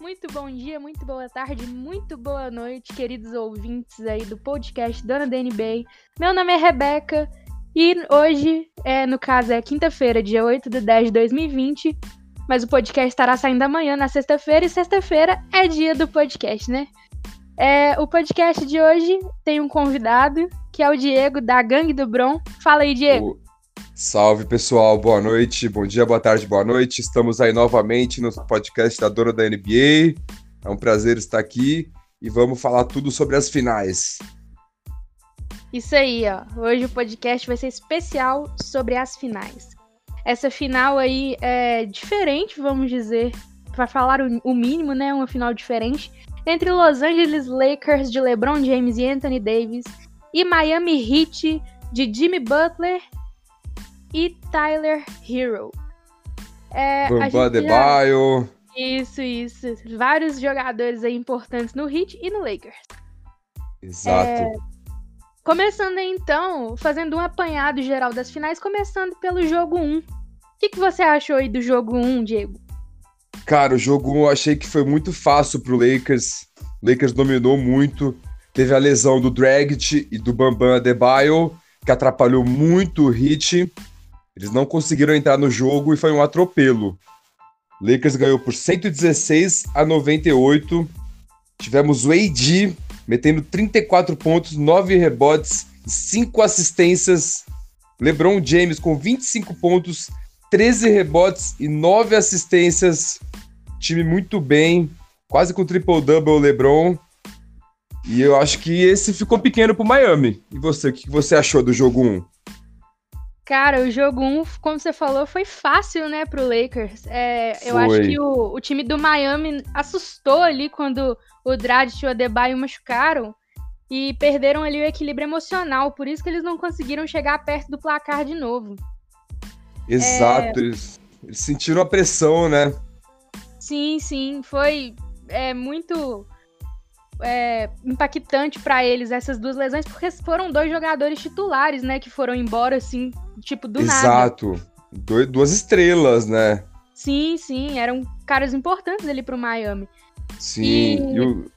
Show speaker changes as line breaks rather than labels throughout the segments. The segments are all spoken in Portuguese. Muito bom dia, muito boa tarde, muito boa noite, queridos ouvintes aí do podcast Dona DNB. Meu nome é Rebeca e hoje, é, no caso, é quinta-feira, dia 8 de 10 de 2020, mas o podcast estará saindo amanhã, na sexta-feira, e sexta-feira é dia do podcast, né? É, o podcast de hoje tem um convidado, que é o Diego, da Gangue do Bron. Fala aí, Diego.
O- Salve pessoal, boa noite, bom dia, boa tarde, boa noite. Estamos aí novamente no podcast da Dona da NBA. É um prazer estar aqui e vamos falar tudo sobre as finais.
Isso aí, ó. Hoje o podcast vai ser especial sobre as finais. Essa final aí é diferente, vamos dizer, para falar o, o mínimo, né? Uma final diferente entre Los Angeles Lakers de LeBron James e Anthony Davis e Miami Heat de Jimmy Butler e Tyler Hero. É, a
Bambam
gente já-
Adebayo,
Isso, isso. Vários jogadores aí importantes no Heat e no Lakers. É,
exato.
Começando aí, então, fazendo um apanhado geral das finais, começando pelo jogo 1. O que, que você achou aí do jogo 1, Diego?
Cara, o jogo um, eu achei que foi muito fácil pro Lakers. O Lakers dominou muito. Teve a lesão do Dragic e do Bambam Adebayo, que atrapalhou muito o Hit. Eles não conseguiram entrar no jogo e foi um atropelo. O Lakers ganhou por 116 a 98. Tivemos o AD metendo 34 pontos, 9 rebotes, 5 assistências. LeBron James com 25 pontos, 13 rebotes e 9 assistências. Time muito bem, quase com triple-double o LeBron. E eu acho que esse ficou pequeno pro Miami. E você, o que você achou do jogo 1?
Cara, o jogo 1, como você falou, foi fácil, né, pro Lakers. É, eu
Foi.
acho que o, o time do Miami assustou ali quando o Dragic e o Adebayo machucaram e perderam ali o equilíbrio emocional, por isso que eles não conseguiram chegar perto do placar de novo. É.
Exato, eles, eles sentiram a pressão, né?
Sim, sim, foi é, muito é, impactante pra eles essas duas lesões, porque foram dois jogadores titulares, né, que foram embora assim, tipo do nada.
Exato. Doi- duas estrelas, né?
Sim, sim, eram caras importantes ali pro Miami.
Sim.
E-
E o-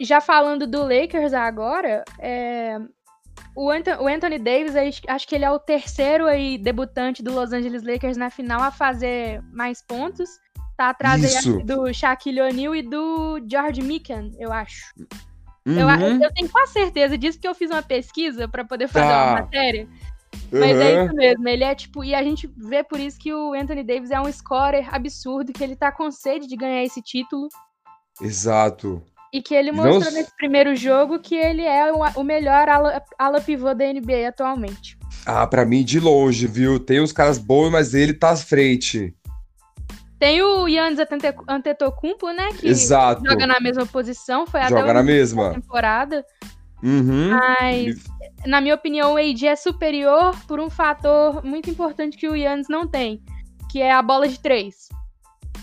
Já falando do Lakers agora, é, o, Anto- o Anthony Davis, aí, acho que ele é o terceiro aí debutante do Los Angeles Lakers na final a fazer mais pontos. Tá atrás aí,
Isso.
acho que do Shaquille O'Neal e do George Mikan, eu acho. Eu, a-
Uhum,
eu tenho quase certeza disso, porque eu fiz uma pesquisa pra poder fazer uma
Tá.
matéria. Mas é
uhum.
isso mesmo. Ele é tipo. E a gente vê por isso que o Anthony Davis é um scorer absurdo, que ele tá com sede de ganhar esse título.
Exato.
E que ele
Não
mostrou
s-
nesse primeiro jogo que ele é o, o melhor ala, ala pivô da NBA atualmente.
Ah, pra mim, de longe, viu? Tem uns caras bons, mas ele tá à frente.
Tem o Yannis Antete- Antetokounmpo, né? Que
Exato.
joga na mesma posição, foi até
Joga
o
na
início da
mesma.
temporada.
Uhum.
Mas na minha opinião, o AD é superior por um fator muito importante que o Yannis não tem, que é a bola de três.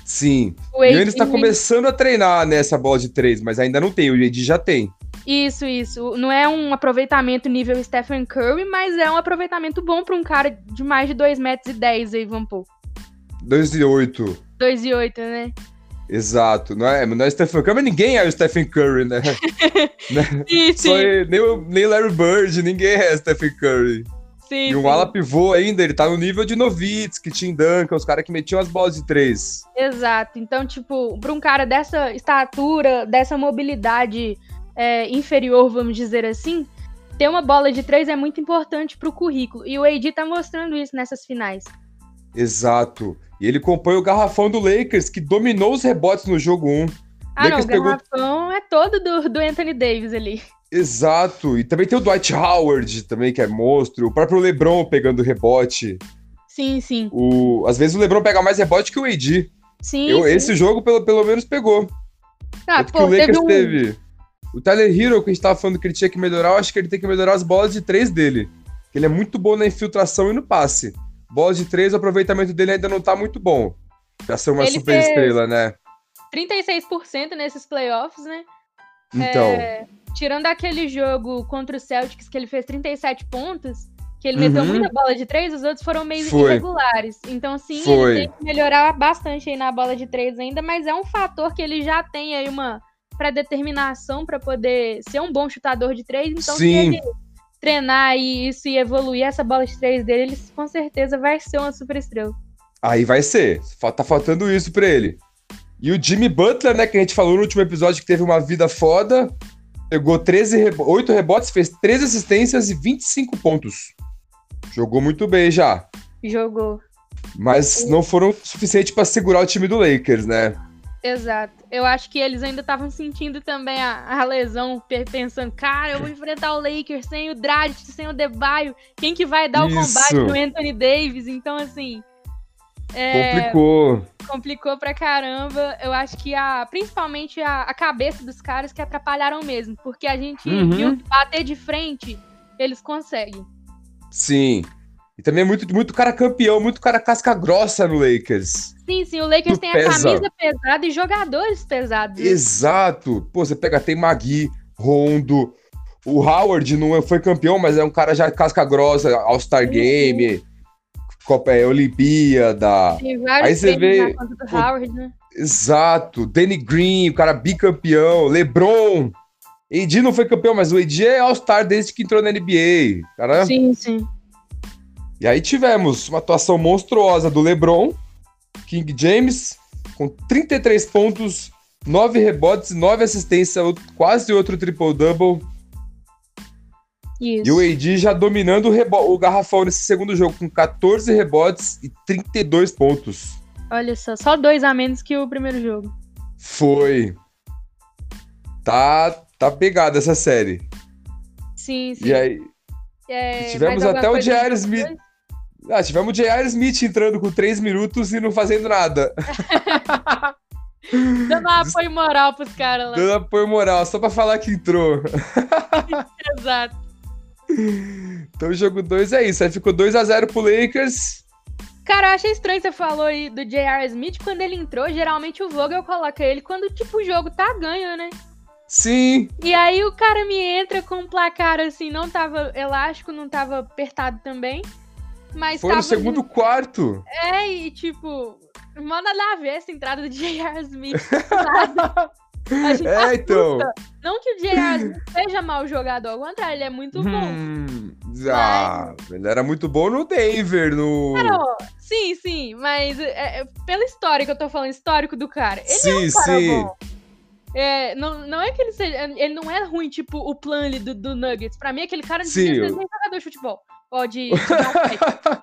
Sim.
O
E
AD
ele está começando a treinar nessa bola de três, mas ainda não tem. O Edi já tem.
Isso, isso. Não é um aproveitamento nível Stephen Curry, mas é um aproveitamento bom para um cara de mais de 2,10 metros e dez aí, vamos pôr.
2 e 8.
2,8, né?
Exato. Não é, não é Stephen Curry, mas ninguém é o Stephen Curry, né?
Sim,
Só
sim.
ele- nem, o- nem Larry Bird, ninguém é Stephen Curry.
sim,
E um
sim.
ala pivô ainda, ele tá no nível de Novitsky, Tim Duncan, os caras que metiam as bolas de três.
Exato. Então, tipo, para um cara dessa estatura, dessa mobilidade é, inferior, vamos dizer assim, ter uma bola de três é muito importante pro currículo. E o AD tá mostrando isso nessas finais.
Exato. E ele compõe o garrafão do Lakers, que dominou os rebotes no jogo 1.
Ah,
Lakers
não, o
pegou-
garrafão é todo do, do Anthony Davis ali.
Exato. E também tem o Dwight Howard, também, que é monstro. O próprio LeBron pegando rebote.
Sim, sim.
O... Às vezes o LeBron pega mais rebote que o AD.
Sim,
Eu,
sim.
esse jogo, pelo, pelo menos, pegou.
Ah,
Tanto que o Lakers teve, O Tyler Hero, que a gente tava falando que ele tinha que melhorar, eu acho que ele tem que melhorar as bolas de três dele. Que ele é muito bom na infiltração e no passe. Bolas de três, o aproveitamento dele ainda não tá muito bom. Pra ser uma
Ele
super
fez-
estrela, né?
36% nesses playoffs, né?
Então,
Tirando aquele jogo contra o Celtics que ele fez 37 pontos, Que ele meteu
Uhum.
muita bola de três, os outros foram meio
Foi.
irregulares. Então, sim,
Foi.
ele tem que melhorar bastante aí na bola de três ainda, mas é um fator que ele já tem aí uma predeterminação para poder ser um bom chutador de três. Então, se
Sim.
ele treinar e isso e evoluir essa bola de três dele, ele com certeza vai ser uma super estrela.
Aí vai ser. Fa- Tá faltando isso pra ele. E o Jimmy Butler, né, que a gente falou no último episódio que teve uma vida foda, pegou 13 rebo 8 rebotes, fez 13 assistências e 25 pontos. Jogou muito bem já,
Jogou.
mas não foram suficiente pra segurar o time do Lakers, né?
Exato. Eu acho que eles ainda estavam sentindo também a, a lesão, pe- pensando, cara, eu vou enfrentar o Lakers sem o Dragic, sem o Debaio, quem que vai dar o combate
Isso.
no Anthony Davis? Então, assim, É.
Complicou.
complicou pra caramba. Eu acho que a, principalmente a, a cabeça dos caras que atrapalharam mesmo, porque a gente
Uhum.
viu que bater de frente, eles conseguem.
Sim. E também é muito, muito cara campeão, muito cara casca grossa no Lakers.
Sim, sim, o Lakers
Tu
tem
pesa.
a camisa pesada e jogadores pesados. né?
Exato. Pô, você pega, tem Magui, Rondo. O Howard não é- foi campeão, mas é um cara já casca grossa, All-Star Game, Copa, é, Olimpíada.
Tem vários
Aí você
prêmios
vê-
na conta do Howard, né?
Exato. Danny Green, o cara bicampeão, LeBron. AD não foi campeão, mas o AD é All-Star desde que entrou na NBA. Cara,
Sim, sim.
E aí tivemos uma atuação monstruosa do LeBron, King James, com 33 pontos, 9 rebotes, 9 assistências, o- quase outro triple-double.
Isso.
E o AD já dominando o, rebo- o garrafão nesse segundo jogo, com 14 rebotes e 32 pontos.
Olha só, só dois a menos que o primeiro jogo.
Foi. Tá, tá pegada essa série.
Sim, sim.
E aí,
É,
e
mais
tivemos
alguma
até o
coisa
J.R.
aí?
Smith. ah, tivemos o J.R. Smith entrando com 3 minutos e não fazendo nada.
Dando um apoio moral pros caras lá.
Dando apoio moral, só pra falar que entrou.
Exato.
Então, o jogo 2 é isso. Aí ficou 2x0 pro Lakers.
Cara, eu achei estranho você falou aí do J.R. Smith. Quando ele entrou, geralmente o Vogel coloca ele quando, tipo, o jogo tá ganho, né?
Sim,
E aí o cara me entra com um placar assim, não tava elástico, não tava apertado também. Mas
foi
tava
no segundo quarto.
é, e tipo, manda lá ver essa entrada do J.R. Smith. A gente
É, então.
Não que o J.R. Smith seja mau jogador, ao contrário, ele é muito bom.
Hum, ah, ele era muito bom no Denver, no...
Cara, ó, sim, sim, mas é, é, pela história que eu tô falando, histórico do cara, ele
sim,
é um cara
sim.
bom. É, não, não é que ele seja. Ele não é ruim, tipo o Plumlee do, do Nuggets. Pra mim, aquele cara não
Sim,
devia ser
eu-
nem jogador de futebol. Ou de. de basquete.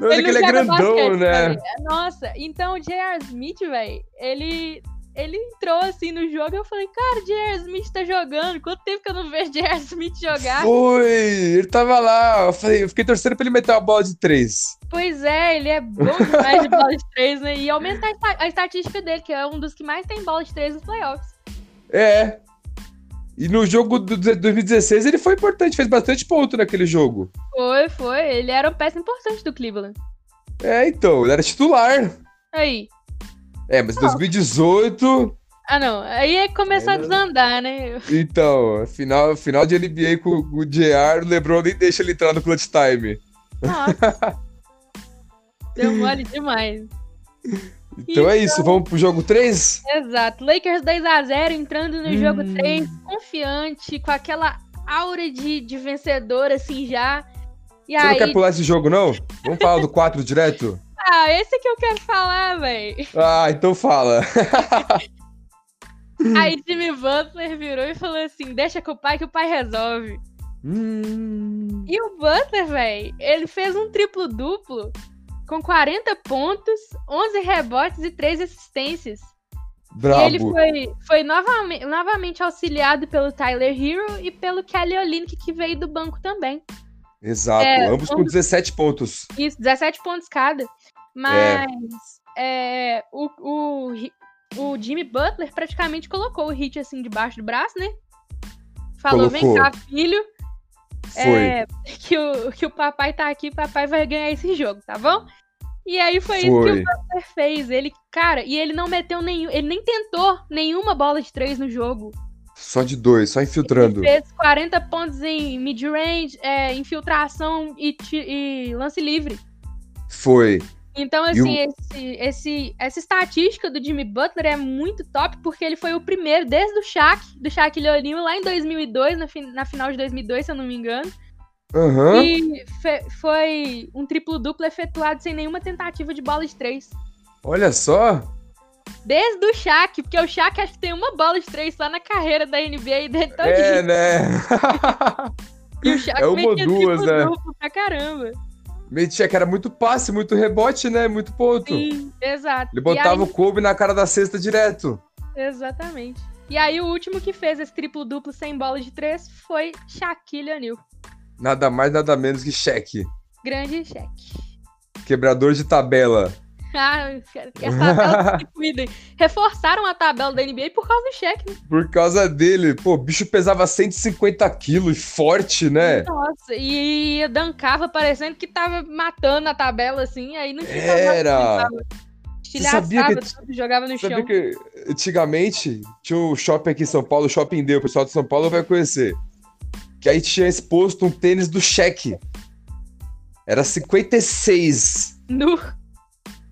Não, ele, que ele é
joga
grandão,
basquete,
né?
velho. Nossa, então o J.R. Smith, velho, ele. Ele entrou assim no jogo e eu falei, cara, o J.R. Smith tá jogando. Quanto tempo que eu não vejo o J.R. Smith jogar?
Foi, ele tava lá. Eu, falei- eu fiquei torcendo pra ele meter uma bola de três.
Pois é, ele é bom demais de bola de três, né? E aumentar a esta- a estatística dele, que é um dos que mais tem bola de três nos playoffs.
É. E no jogo do de 2016 ele foi importante, fez bastante ponto naquele jogo.
Foi, foi. Ele era uma peça importante do Cleveland.
É, então, ele era titular.
Aí.
É, mas em 2018...
Ah, não. Aí é que começou a
Aí não-
desandar, né?
Então, final, final de NBA com o JR, o LeBron nem deixa ele entrar no clutch time.
Nossa. Deu mole demais.
Então é isso, vamos pro jogo 3?
Exato. Lakers 2x0 entrando no jogo 3, confiante, com aquela aura de, de vencedor, assim, já. E
Você não
aí,
quer pular esse jogo, não? Vamos falar do 4 direto?
ah, esse que eu quero falar, velho.
Ah, então fala.
Aí Jimmy Butler virou e falou assim: deixa com o pai que o pai resolve.
Hum,
E o Butler, velho, ele fez um triplo-duplo com 40 pontos, 11 rebotes e 3 assistências. E ele
brabo.
foi, foi novamente, novamente auxiliado pelo Tyler Hero e pelo Kelly Olynyk, que veio do banco também.
Exato,
É,
ambos com
vamos-
17 pontos.
Isso, 17 pontos cada. Mas é, o, o, Hi- o Jimmy Butler praticamente colocou o hit assim debaixo do braço, né? Falou, vem
Colocou.
cá, filho,
Foi,
é, que, o, que o papai tá aqui, papai vai ganhar esse jogo, tá bom? E aí foi, isso que o
foi.
Butler fez. Ele, cara, e ele não meteu nenhum. Ele nem tentou nenhuma bola de três no jogo.
Só de dois, só infiltrando.
Fez 40 pontos em mid-range, é, infiltração e, ti- e lance livre.
Foi.
Então,
E
assim, esse, esse- essa estatística do Jimmy Butler é muito top, porque ele foi o primeiro desde o Shaq, do Shaq Leoninho, lá em 2002, na, fin- na final de 2002, se eu não me engano.
Aham.
E fe- foi um triplo-duplo efetuado sem nenhuma tentativa de bola de três.
Olha só.
Desde o Shaq, porque o Shaq acho que tem uma bola de três lá na carreira da NBA e dele todinho.
É, né?
E o Shaq
é uma ou
metia
duas, né?
triplo-duplo pra caramba.
Metia que era muito passe, muito rebote, né? Muito ponto.
Sim, exato.
Ele
E aí-
botava o Kobe na cara da cesta direto.
Exatamente. E aí o último que fez esse triplo-duplo sem bola de três foi Shaquille O'Neal.
Nada mais, nada menos que cheque.
Grande cheque.
Quebrador de tabela.
Ah, as tabelas se cuidem. Reforçaram a tabela da NBA por causa do cheque. né?
Por causa dele. Pô, o bicho pesava 150 quilos, forte, né?
Nossa, e dancava parecendo que tava matando a tabela, assim, aí não ficava
Era.
nada. Estilhaçava
É, sabia que-
tudo, jogava no
Sabia
chão.
que antigamente tinha um shopping aqui em São Paulo, o Shopping Deu, o pessoal de São Paulo vai conhecer. Que aí tinha exposto um tênis do cheque. Era 56.
Nu.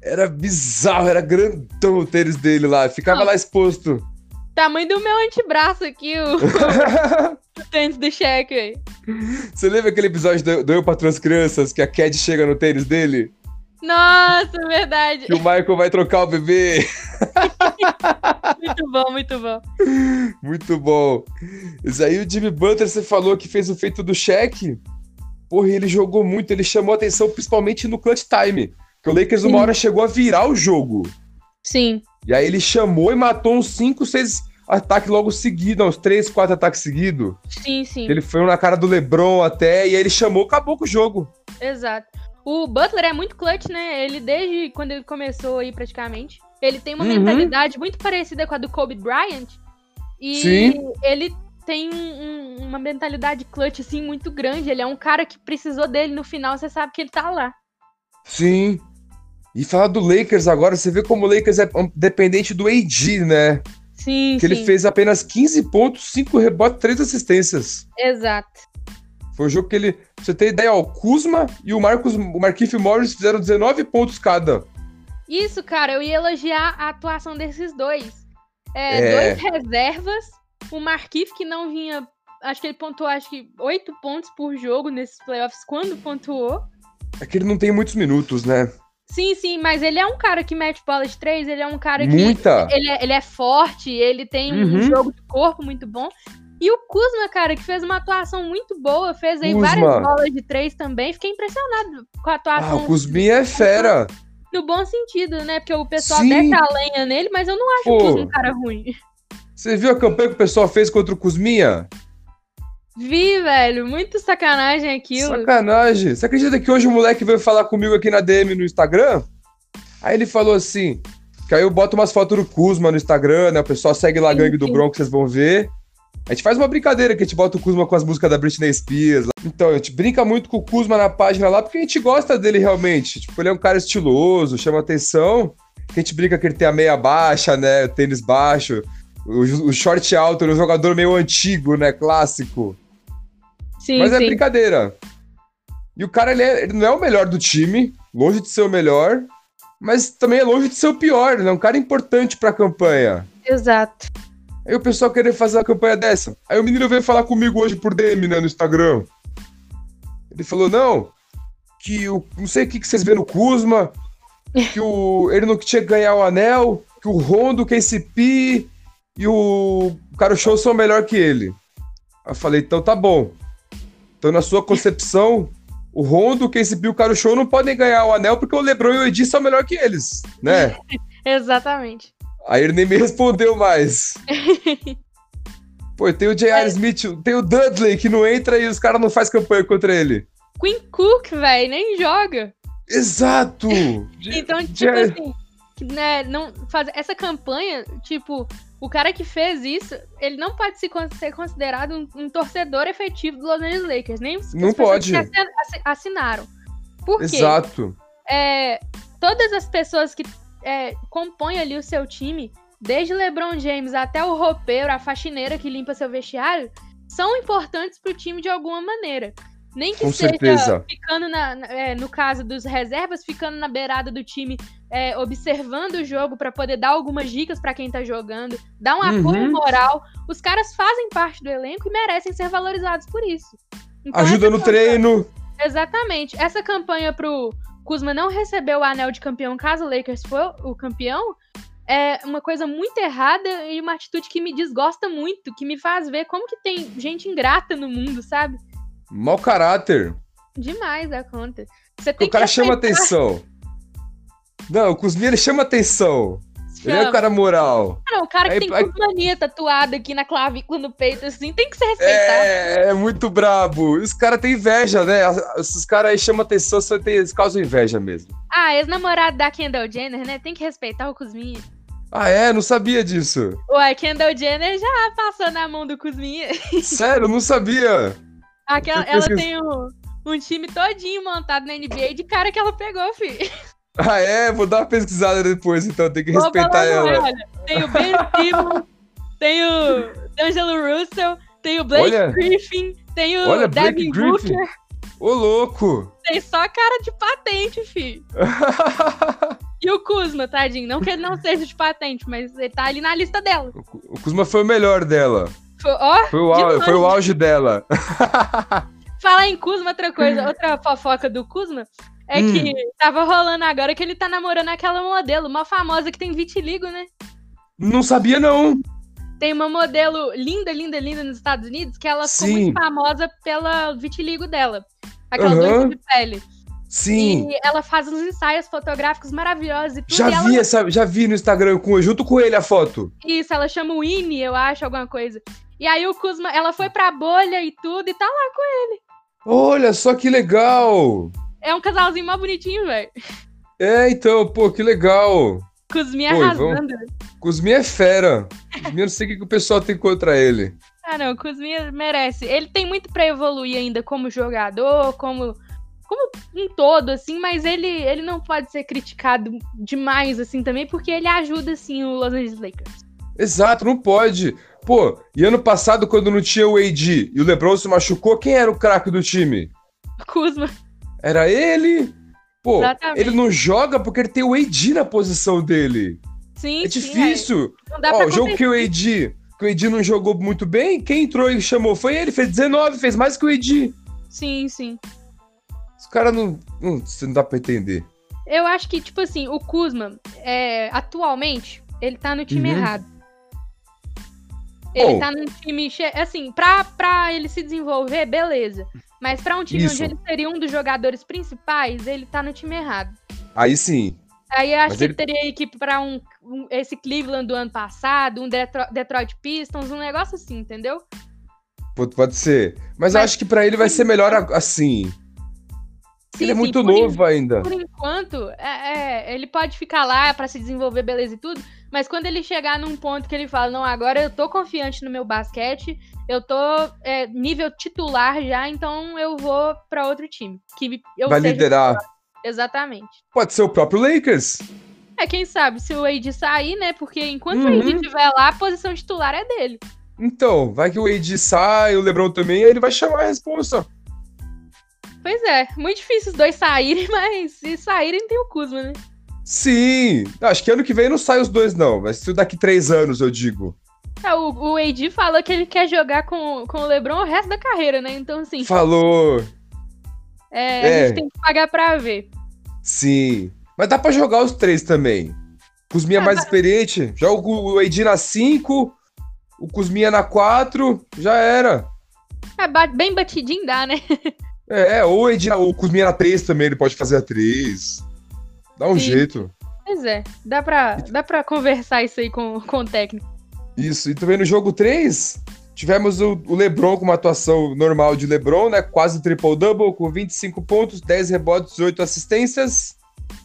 Era bizarro, era grandão o tênis dele lá. Ficava
Não.
lá exposto.
Tamanho do meu antebraço aqui, o o tênis do cheque. aí.
Você lembra aquele episódio do, do Eu Patrão as Crianças, que a Cad chega no tênis dele?
Nossa, verdade.
Que o Michael vai trocar o bebê.
Muito bom, muito bom.
Muito bom. Isso aí o Jimmy Butler, você falou que fez o feito do cheque. Porra, ele jogou muito, ele chamou atenção principalmente no clutch time. Que o Lakers uma
Sim.
hora chegou a virar o jogo.
Sim.
E aí ele chamou e matou uns 5, 6 ataques logo seguidos, uns 3, 4 ataques seguidos.
Sim, sim,
Ele foi um na cara do Lebron até, e aí ele chamou, acabou com o jogo.
exato. O Butler é muito clutch, né? Ele, desde quando ele começou aí, praticamente, ele tem uma
Uhum.
mentalidade muito parecida com a do Kobe Bryant. E
Sim.
ele tem um- um- uma mentalidade clutch, assim, muito grande. Ele é um cara que precisou dele no final, você sabe que ele tá lá.
Sim. E falar do Lakers agora, você vê como o Lakers é um- dependente do AD, né?
Sim,
Que ele fez apenas 15 pontos, 5 rebotes, 3 assistências.
Exato.
Foi um jogo que ele, pra você ter ideia, ó, o Kuzma e o Marcos, o Marquinhos Morris fizeram 19 pontos cada.
Isso, cara, eu ia elogiar a atuação desses dois. É,
É.
Dois reservas, o Marquif que não vinha. Acho que ele pontuou acho que oito pontos por jogo nesses playoffs quando pontuou.
É que ele não tem muitos minutos, né?
Sim, sim, mas ele é um cara que mete bola de três, ele é um cara que.
Muita.
Ele é, ele é forte, ele tem um
Uhum.
jogo de corpo muito bom. E o Kuzma, cara, que fez uma atuação muito boa, fez aí
Kuzma.
várias bolas de três também. Fiquei impressionado com a
Ah,
atuação
o Kuzminha é fera.
no bom sentido, né? Porque o pessoal
Sim.
desce a lenha nele, mas eu não acho o
Pô.
Kuzma um cara ruim.
Você viu a campanha que o pessoal fez contra o Kuzminha?
Vi, velho, muito sacanagem aquilo.
Sacanagem. Você acredita que hoje o moleque veio falar comigo aqui na DM no Instagram? Aí ele falou assim: que aí eu boto umas fotos do Kuzma no Instagram, né? O pessoal segue lá a
Sim,
gangue do
sim.
Bronx, vocês vão ver. A gente faz uma brincadeira que a gente bota o Kuzma com as músicas da Britney Spears. lá. Então, a gente brinca muito com o Kuzma na página lá, porque a gente gosta dele realmente. Tipo, ele é um cara estiloso, chama atenção. Que a gente brinca que ele tem a meia baixa, né? O tênis baixo, o, o short alto, ele é um jogador meio antigo, né? Clássico.
Sim,
Mas é
sim.
brincadeira. E o cara, ele, é- ele não é o melhor do time, longe de ser o melhor, mas também é longe de ser o pior, ele é um cara importante pra campanha.
Exato.
Aí o pessoal querer fazer uma campanha dessa. Aí o menino veio falar comigo hoje por DM, né, no Instagram. Ele falou, não, que o, não sei o que, que vocês vê no Kuzma, que o, ele não tinha que ganhar o anel, que o Rondo, que é esse Pi e o Caro Show são melhor que ele. Aí eu falei, então tá bom. Então na sua concepção, o Rondo, que é esse Pi e o Caro Show não podem ganhar o anel porque o LeBron e o Edi são melhor que eles, né?
Exatamente.
Aí ele nem me respondeu mais. Pô, e tem o J.R. Smith, tem o Dudley que não entra e os caras não fazem campanha contra ele.
Queen Cook, velho, nem joga.
Exato!
Então, tipo
Jair-
assim, que, né, não faz essa campanha, tipo, o cara que fez isso, ele não pode se con- ser considerado um, um torcedor efetivo do Los Angeles Lakers, nem os-
Não
as pessoas
pode.
que assi- assi- assinaram. Por quê?
Exato.
é, todas as pessoas que é, compõem ali o seu time Desde LeBron James até o roupeiro, a faxineira que limpa seu vestiário, são importantes para o time de alguma maneira. Nem que
Com
seja
certeza.
ficando na, na- é, no caso dos reservas, ficando na beirada do time, é, observando o jogo para poder dar algumas dicas para quem tá jogando, dar um apoio
Uhum.
moral. Os caras fazem parte do elenco e merecem ser valorizados por isso. Então,
Ajuda
essa
no
campanha- né?
treino.
Exatamente. Essa campanha pro Kuzma não receber o anel de campeão caso o Lakers for o campeão é uma coisa muito errada e uma atitude que me desgosta muito, que me faz ver como que tem gente ingrata no mundo, sabe?
Mau caráter.
Demais a conta. Você tem
Porque o cara
que
chama
aceitar-
atenção. Não, o Kuzmin ele chama atenção. Ele é
Chama.
um cara moral.
Cara, o cara que
Aí-
tem
aí-
Kuzmania tatuada aqui na clavícula, no peito, assim, tem que ser respeitado.
É, é muito brabo. Os caras têm inveja, né? Esses caras aí chamam atenção, só tem, eles causam inveja mesmo.
Ah, ex-namorado da Kendall Jenner, né? Tem que respeitar o Kuzminha.
Ah, é? Não sabia disso.
Ué, Kendall Jenner já passou na mão do Kuzminha.
Sério, não sabia.
Aquela,
Eu
ela
pesquisei.
tem um, um time todinho montado na NBA de cara que ela pegou, fi.
Ah, é? Vou dar uma pesquisada depois, então. Tem que
Vou
respeitar
falar não,
ela.
Olha, tem o Ben Simmons, tem o D'Angelo Russell, tem o Blake
Olha.
Griffin, tem o
Olha, Blake
Devin
Griffin.
Booker.
Ô, louco.
Tem só cara de patente, fi. E o Kuzma, tadinho. Não que ele não seja de patente, mas ele tá ali na lista dela.
o Kuzma foi o melhor dela.
Foi- Ó,
Foi o, au-
Demais.
foi o auge dela.
falar em Kuzma, outra coisa, outra fofoca do Kuzma. É
Hum.
que tava rolando agora que ele tá namorando aquela modelo, uma famosa que tem vitiligo, né?
Não sabia, não.
Tem uma modelo linda, linda, linda nos Estados Unidos que ela ficou
Sim.
muito famosa pela vitiligo dela. Aquela
Aham.
doença de pele.
Sim.
E ela faz uns ensaios fotográficos maravilhosos e tudo.
Já
e ela-
vi, essa, já vi no Instagram com, junto com ele a foto.
Isso, ela chama o Ine, eu acho, alguma coisa. E aí o Kuzma, ela foi pra bolha e tudo e tá lá.
Olha só que legal.
É um casalzinho mó bonitinho, velho.
É, então, pô, que legal.
Kuzminha
Pô, e vamos-
arrasando.
Cosminha é fera. Cosminha, não sei o que, que o pessoal tem contra ele.
Ah, não, o Kuzminha merece. Ele tem muito pra evoluir ainda como jogador, como como um todo assim, mas ele ele não pode ser criticado demais assim também, porque ele ajuda assim o Los Angeles Lakers.
Exato, não pode. Pô, e ano passado, quando não tinha o AD e o LeBron se machucou, quem era o craque do time?
Kuzma,
Era ele. Pô,
Exatamente.
ele não joga porque ele tem o AD na posição dele.
sim,
É
sim,
difícil.
é. Não dá
Ó,
pra
o jogo
competir.
que o AD, que o AD não jogou muito bem, quem entrou e chamou foi ele, fez 19, fez mais que o AD.
Sim, sim.
Os caras não, não. Você não dá pra entender.
Eu acho que tipo assim, o Kuzma é, atualmente ele tá no time
Uhum.
errado. Ele
Bom.
tá num time che- assim, pra, pra ele se desenvolver, beleza. Mas pra um time
Isso.
onde ele seria um dos jogadores principais, ele tá no time errado.
Aí sim.
Aí eu acho
Mas
que ele
ele-
teria equipe pra um, um- esse Cleveland do ano passado, um Detro- Detroit Pistons, um negócio assim, entendeu?
Pô, Pode ser. Mas, eu
Mas-
acho que pra ele vai ser melhor a- assim.
Sim,
ele é
sim,
muito
por
novo ainda.
en- por enquanto, é- é, ele pode ficar lá pra se desenvolver, beleza e tudo, mas quando ele chegar num ponto que ele fala, não, agora eu tô confiante no meu basquete, eu tô é, nível titular já, então eu vou pra outro time. Que eu
Vai
seja-
liderar.
Exatamente.
Pode ser o próprio Lakers.
É, quem sabe, se o Wade sair, né? Porque enquanto o
Uhum.
Wade estiver lá, a posição titular é dele.
Então, vai que o AD sai, o LeBron também, aí ele vai chamar a responsa.
Pois é, muito difícil os dois saírem, mas se saírem tem o Kuzma, né?
Sim! Acho que ano que vem não sai os dois, não. Mas se daqui três anos, eu digo.
Ah, o, o AD falou que ele quer jogar com, com o LeBron o resto da carreira, né? Então, assim,
Falou!
é, a
é.
gente tem que pagar pra ver.
Sim. Mas dá pra jogar os três também. Cusminha
Ah,
mais experiente, joga o AD na 5, o Cusminha na 4, já era.
É ba- bem batidinho dá, né?
É, é, ou o AD, na- o Cusminha na 3 também, ele pode fazer a 3. Dá um
Sim.
jeito.
Pois é, dá pra, dá pra conversar isso aí com, com o técnico.
Isso, e também no jogo 3, tivemos o, o LeBron com uma atuação normal de LeBron, né? Quase triple-double, com 25 pontos, 10 rebotes, 8 assistências.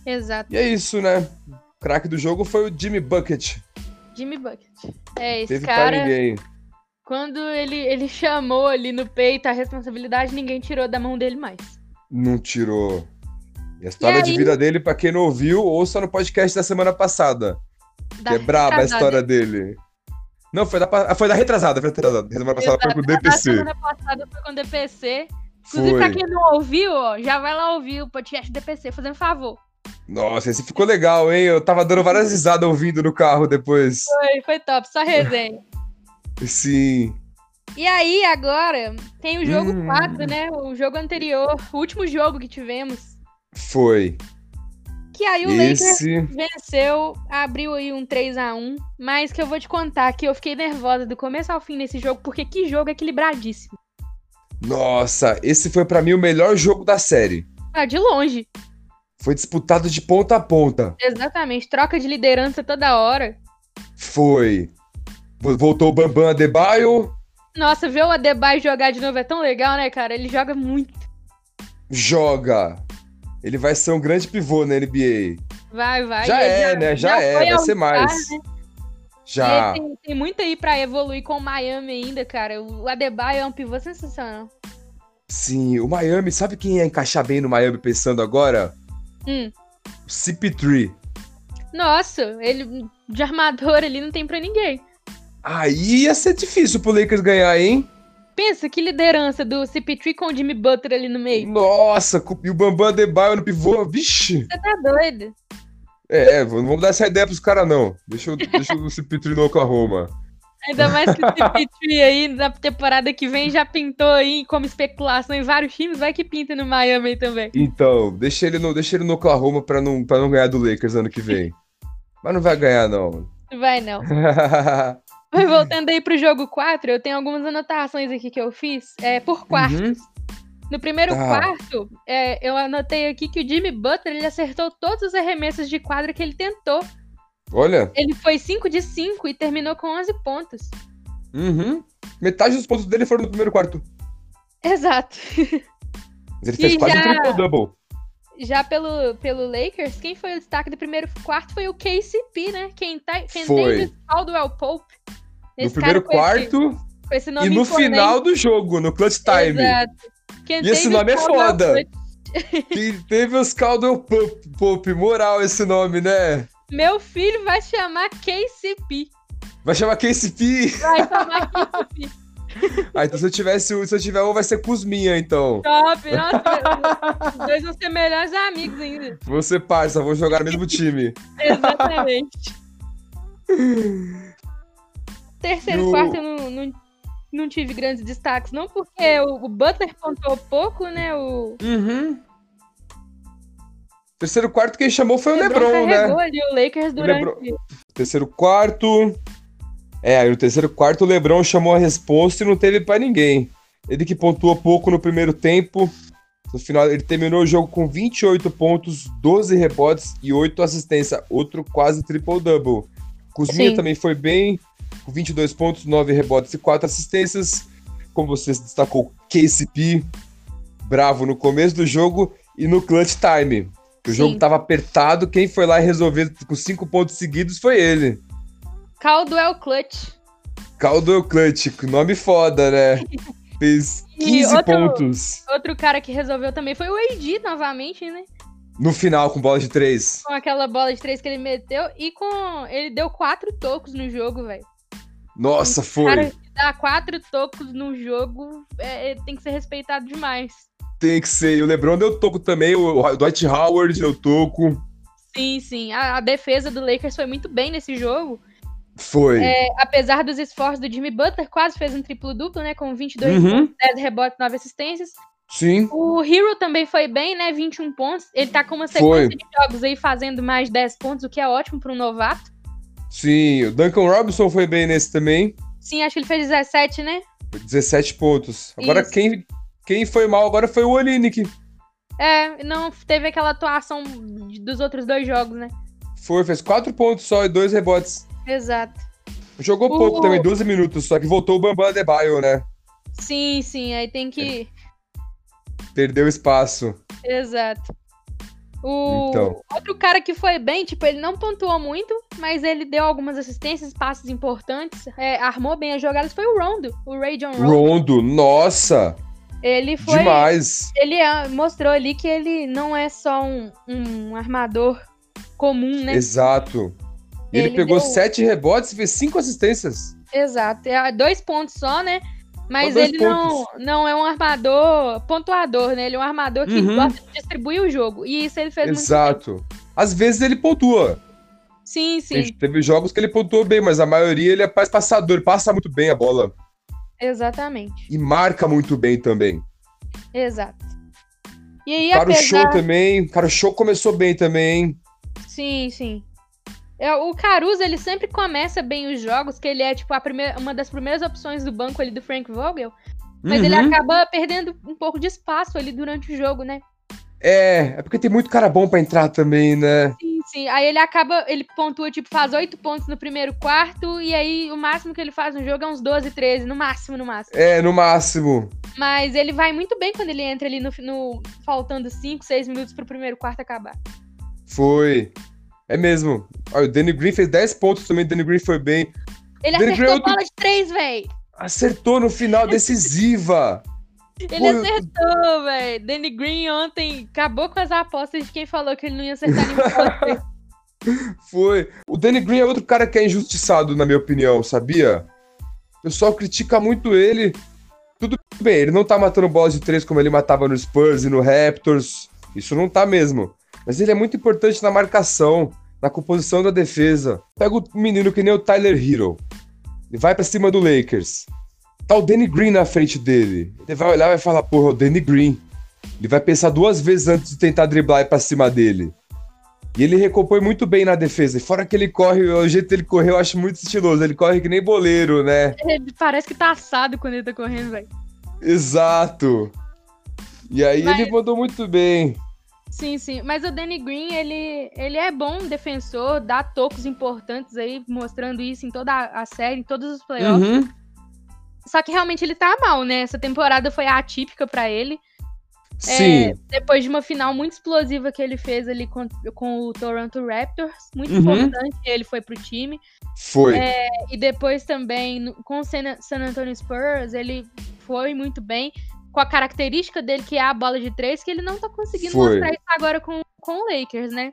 Exato,
E é isso, né? O craque do jogo foi o Jimmy Bucket.
Jimmy Bucket. É, esse
Teve pra
cara,
ninguém.
quando ele, ele chamou ali no peito a responsabilidade, ninguém tirou da mão dele mais.
Não tirou. E a história
E
de
aí?
vida dele, pra quem não ouviu, ouça no podcast da semana passada.
Da
Que é braba a
retrasada.
história dele. Não, foi da, pa- ah, foi da retrasada, foi da retrasada. Semana passada foi com o
Exato. A
DPC.
semana passada foi com o DPC. Inclusive, pra
Foi.
quem não ouviu, ó, já vai lá ouvir o podcast DPC, fazendo favor.
Nossa, esse ficou legal, hein? Eu tava dando várias risadas ouvindo no carro depois.
Foi, foi top, só resenha.
Sim.
e aí, agora, tem o jogo
Hum.
4, né? O jogo anterior, o último jogo que tivemos.
Foi.
Que aí o Lakers
Esse.
venceu, abriu aí um 3 a 1 mas que eu vou te contar que eu fiquei nervosa do começo ao fim nesse jogo, porque que jogo equilibradíssimo.
Nossa, esse foi pra mim o melhor jogo da série.
Ah, de longe,
Foi disputado de ponta a ponta.
exatamente. Troca de liderança toda hora.
Foi. Vo- Voltou o Bambam Adebayo,
Nossa, ver o Adebay jogar de novo é tão legal, né, cara? Ele joga muito.
joga. Ele vai ser um grande pivô na NBA.
Vai, vai.
já
Ele
é, né? Já, é,
foi
vai
ao
ser
lugar,
mais.
né?
Já.
Ele tem, tem muito aí pra evoluir com o Miami ainda, cara. O Adebay é um pivô sensacional.
Sim, o Miami, sabe quem ia encaixar bem no Miami pensando agora?
Hum.
O CP3.
Nossa, ele de armador ali não tem pra ninguém.
Aí ia ser difícil pro Lakers ganhar, hein?
Pensa, que liderança do CP3 com o Jimmy Butler ali no meio.
Nossa, com- e o Bambam Adebayo no pivô, vixe.
Você tá doido?
É, é, v- não vamos dar essa ideia pros caras, não. Deixa, eu- deixa o CP3 no Oklahoma.
Ainda mais que o CP3 aí na temporada que vem já pintou aí como especulação em vários times. Vai que pinta no Miami aí também.
Então, deixa ele no, deixa ele no Oklahoma pra não, pra não ganhar do Lakers ano que vem. Mas não vai ganhar, não.
Não Vai não. Mas voltando aí pro jogo 4, eu tenho algumas anotações aqui que eu fiz. É, por quartos.
Uhum.
No primeiro
Tá.
quarto, é, eu anotei aqui que o Jimmy Butler ele acertou todos os arremessos de quadra que ele tentou.
Olha,
Ele foi 5 de 5 e terminou com 11 pontos.
uhum. metade dos pontos dele foram no primeiro quarto.
Exato.
Mas ele
E
fez quase
já-
um triple-double.
Já pelo, pelo Lakers, quem foi o destaque do primeiro quarto foi o KCP, né? Quem tá, quem
Foi.
Davis Caldwell Pope.
No
Esse
primeiro
cara com esse-
quarto
com esse nome
e no
imponente.
final do jogo, no clutch time.
Exato. Ken
E
Davis
esse nome é
Caldwell
foda.
Pope.
Que teve os Caldwell Pop, Pop, moral esse nome, né?
Meu filho vai chamar KCP.
Vai chamar KCP.
Vai chamar KCP.
Ah, então se eu tivesse um, se eu tiver um, vai ser Cusminha, então.
Top! Nossa, os dois vão ser melhores amigos ainda.
Você parça, vão jogar no mesmo time.
Exatamente. Terceiro e
No-
quarto eu não, não, não tive grandes destaques, não, porque o, o Butler pontuou pouco, né? O
Uhum. Terceiro quarto quem chamou foi o
LeBron
LeBron, né?
carregou ali o Lakers durante.
Terceiro quarto. É, aí no terceiro quarto o LeBron chamou a resposta e não teve pra ninguém. Ele que pontuou pouco no primeiro tempo. No final, ele terminou o jogo com 28 pontos, 12 rebotes e 8 assistências. Outro quase triple-double. Kuzminha
Sim.
também foi bem, com 22 pontos, 9 rebotes e 4 assistências. Como você destacou, KCP, bravo no começo do jogo e no clutch time. Que o
Sim.
jogo tava apertado, quem foi lá e resolveu com 5 pontos seguidos foi ele.
Caldwell é Clutch.
Caldwell Clutch, que nome foda, né? Fez
E
15
outro-
pontos
Outro cara que resolveu também foi o AD novamente, né?
no final com bola de três.
Com aquela bola de três que ele meteu e com. Ele deu quatro tocos no jogo, velho.
Nossa, foi.
Cara, que dá quatro tocos num jogo é, é, tem que ser respeitado demais.
Tem que ser. E o LeBron deu toco também, o Dwight Howard deu toco.
Sim, sim. A, a defesa do Lakers foi muito bem nesse jogo.
Foi.
É. Apesar dos esforços do Jimmy Butler, quase fez um triplo-duplo, né? Com 22
Uhum.
10 rebotes, 9 assistências.
Sim.
O Hero também foi bem, né? 21 pontos. Ele tá com uma
Foi.
sequência de jogos aí fazendo mais 10 pontos, o que é ótimo para um novato.
Sim. O Duncan Robinson foi bem nesse também.
Sim, acho que ele fez 17, né?
17 pontos. Agora
Isso.
quem, quem foi mal agora foi o Olinick.
É, não teve aquela atuação de- dos outros dois jogos, né?
Foi, fez 4 pontos só e dois rebotes.
Exato.
Jogou
O-
pouco também, 12 minutos, só que voltou o Bambam Adebayo, né?
Sim, sim. Aí tem que.
Perdeu espaço.
Exato. O
É. Então.
outro cara que foi bem, tipo, ele não pontuou muito, mas ele deu algumas assistências, passes importantes, é, armou bem as jogadas, foi o Rondo, o Ray John Rondo.
Rondo, nossa,
Ele foi.
demais.
Ele ah, mostrou ali que ele não é só um, um armador comum, né?
Exato. E ele,
Ele
pegou
deu-
sete rebotes e fez cinco assistências.
Exato, é dois pontos só, né? Mas
dois
ele não, não é um armador pontuador, né? Ele é um armador que
Uhum.
gosta de distribuir o jogo. E isso ele fez muito
Exato. Às vezes ele pontua.
bem. Sim, sim,
Teve- Teve jogos que ele pontuou bem, mas a maioria ele é mais passador, passa muito bem a bola.
exatamente.
E marca muito bem também.
Exato. E aí,
Cara, o
apesar...
show também. Cara, o show começou bem também, hein?
Sim, sim. É, o Caruso, ele sempre começa bem os jogos, que ele é, tipo, a primeira, uma das primeiras opções do banco ali do Frank Vogel. Mas ele
Uhum.
acaba perdendo um pouco de espaço ali durante o jogo, né?
É, é porque tem muito cara bom pra entrar também, né?
Sim, sim. Aí ele acaba, ele pontua, tipo, faz oito pontos no primeiro quarto, e aí o máximo que ele faz no jogo é uns 12, 13, no máximo, no máximo.
É, no máximo.
Mas ele vai muito bem quando ele entra ali no, fi- no faltando 5, 6 minutos pro primeiro quarto acabar.
Foi. É mesmo. Olha, o Danny Green fez 10 pontos também, o Danny Green foi bem.
Ele
Danny
acertou a
Green,
bola de três, véi!
Acertou no final, decisiva.
Ele
Pô, eu-
acertou, velho. Danny Green ontem acabou com as apostas de quem falou que ele não ia acertar nenhum sorteio.
Foi. O Danny Green é outro cara que é injustiçado, na minha opinião, sabia? O pessoal critica muito ele. Tudo bem, ele não tá matando bolas de três como ele matava no Spurs e no Raptors. Isso não tá mesmo. Mas ele é muito importante na marcação, na composição da defesa. Pega o menino que nem o Tyler Hero. Ele vai pra cima do Lakers. Tá o Danny Green na frente dele. Ele vai olhar e vai falar, porra, é o Danny Green. Ele vai pensar duas vezes antes de tentar driblar e ir pra cima dele. E ele recompõe muito bem na defesa. E fora que ele corre, o jeito que ele correu eu acho muito estiloso. Ele corre que nem boleiro, né?
Ele parece que tá assado quando ele tá correndo, velho.
Exato. E aí
Mas-
ele mandou muito bem.
Sim, sim. Mas o Danny Green, ele, ele é bom defensor, dá tocos importantes aí, mostrando isso em toda a a série, em todos os
Uhum.
playoffs. Só que realmente ele tá mal, né? Essa temporada foi atípica pra ele. É,
Sim.
Depois de uma final muito explosiva que ele fez ali com, com o Toronto Raptors, muito
Uhum.
importante que ele foi pro time.
Foi.
E depois também no- com o San San Antonio Spurs, ele foi muito bem com a característica dele, que é a bola de três, que ele não tá conseguindo
Foi.
mostrar isso agora com, com o Lakers, né?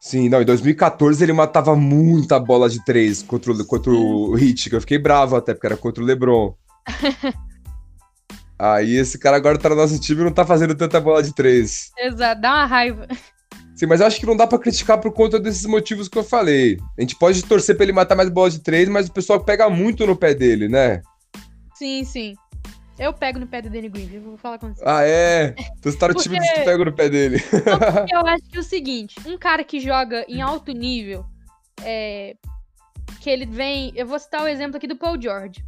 Sim, não. Em 2014 ele matava muita bola de três contra o, contra o Hit, que eu fiquei bravo até, porque era contra o Lebron. aí esse cara agora tá no nosso time e não tá fazendo tanta bola de três.
Exato, dá uma raiva.
Sim, mas eu acho que não dá pra criticar por conta desses motivos que eu falei. A gente pode torcer pra ele matar mais bolas de três, mas o pessoal pega muito no pé dele, né?
Sim, sim. Eu pego no pé do Danny Green, viu? vou falar com você.
Ah, é? Então você tá no
Porque-
time que pega no pé dele.
Eu acho que é o seguinte, um cara que joga em alto nível, é, que ele vem... Eu vou citar o exemplo aqui do Paul George.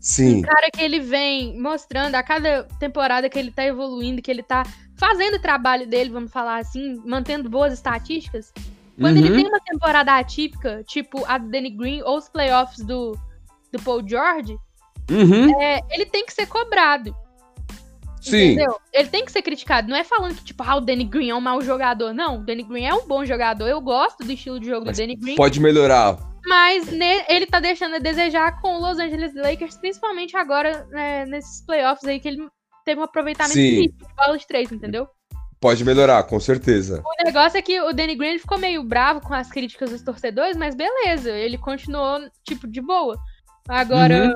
Sim,
cara que ele vem mostrando a cada temporada que ele tá evoluindo, que ele tá fazendo o trabalho dele, vamos falar assim, mantendo boas estatísticas. Quando ele
Uhum.
tem uma temporada atípica, tipo a do Danny Green ou os playoffs do, do Paul George,
uhum.
é, ele tem que ser cobrado.
sim,
É, Entendeu? Ele tem que ser criticado. Não é falando que, tipo, ah, o Danny Green é um mau jogador. Não, o Danny Green é um bom jogador. Eu gosto do estilo de jogo
Mas
do Danny Green.
pode melhorar.
Mas ne- ele tá deixando a desejar com o Los Angeles Lakers, principalmente agora né, nesses playoffs aí, que ele teve um aproveitamento
Sim.
difícil de bola de três, entendeu?
Pode melhorar, com certeza.
O negócio é que o Danny Green ele ficou meio bravo com as críticas dos torcedores, mas beleza, ele continuou, tipo, de boa. Agora,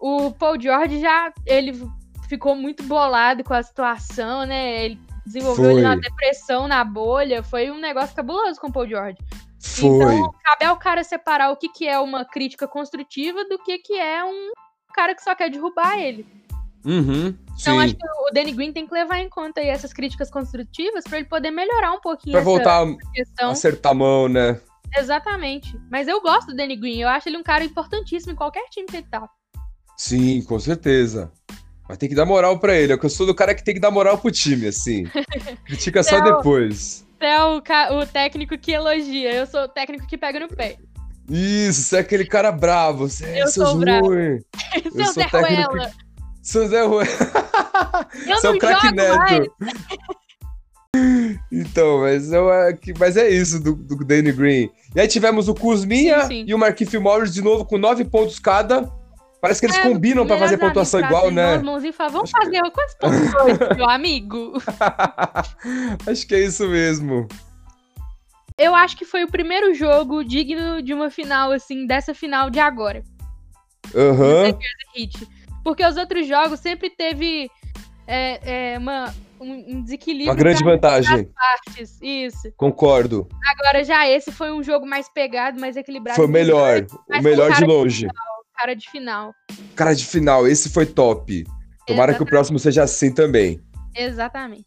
Uhum.
o Paul George já, ele ficou muito bolado com a situação, né? Ele desenvolveu ali
Foi.
uma depressão na bolha, foi um negócio cabuloso com o Paul George.
Foi.
Então, cabe ao cara separar o que, que é uma crítica construtiva do que, que é um cara que só quer derrubar ele.
Uhum,
Então, acho
Sim.
que o Danny Green tem que levar em conta aí essas críticas construtivas pra ele poder melhorar um pouquinho
Pra
essa
voltar a
questão.
acertar a mão, né?
Exatamente. Mas eu gosto do Danny Green, eu acho ele um cara importantíssimo em qualquer time que ele tá.
Sim, com certeza. Mas tem que dar moral pra ele. é que Eu sou do cara que tem que dar moral pro time, assim. Critica só
Não.
depois.
Você é o, ca- o técnico que elogia, eu sou o técnico que pega no pé.
Isso, você é aquele cara bravo. Você é
Eu
seus
sou bravo.
ruins.
Seu
sou
Zé
técnico
Ruela,
Seus é ruim.
eu
Você é o
não
craque
jogo mais.
neto. Então, mas, eu, é que- mas é isso do, do Danny Green. E aí tivemos o Kuzminha
Sim, sim.
e o Marquinhos Morris de novo com nove pontos cada. Parece que eles
É,
combinam pra fazer
melhores
pontuação
amigos,
igual,
pra ser
né?
irmãos, irmãos, e falar, vamos
Acho que-
fazer quantos pontos foi, meu amigo?
Acho que é isso mesmo.
Eu acho que foi o primeiro jogo digno de uma final, assim, dessa final de agora.
Aham.
Hit. Porque os outros jogos sempre teve é, é, uma, um um desequilíbrio
Uma grande
para
vantagem.
partes. Isso.
Concordo.
Agora já esse foi um jogo mais pegado, mais equilibrado.
Foi o melhor. O
Mas
melhor de
cara-
longe.
Cara de final.
Cara de final, esse foi top. Tomara que o próximo seja assim também.
Exatamente.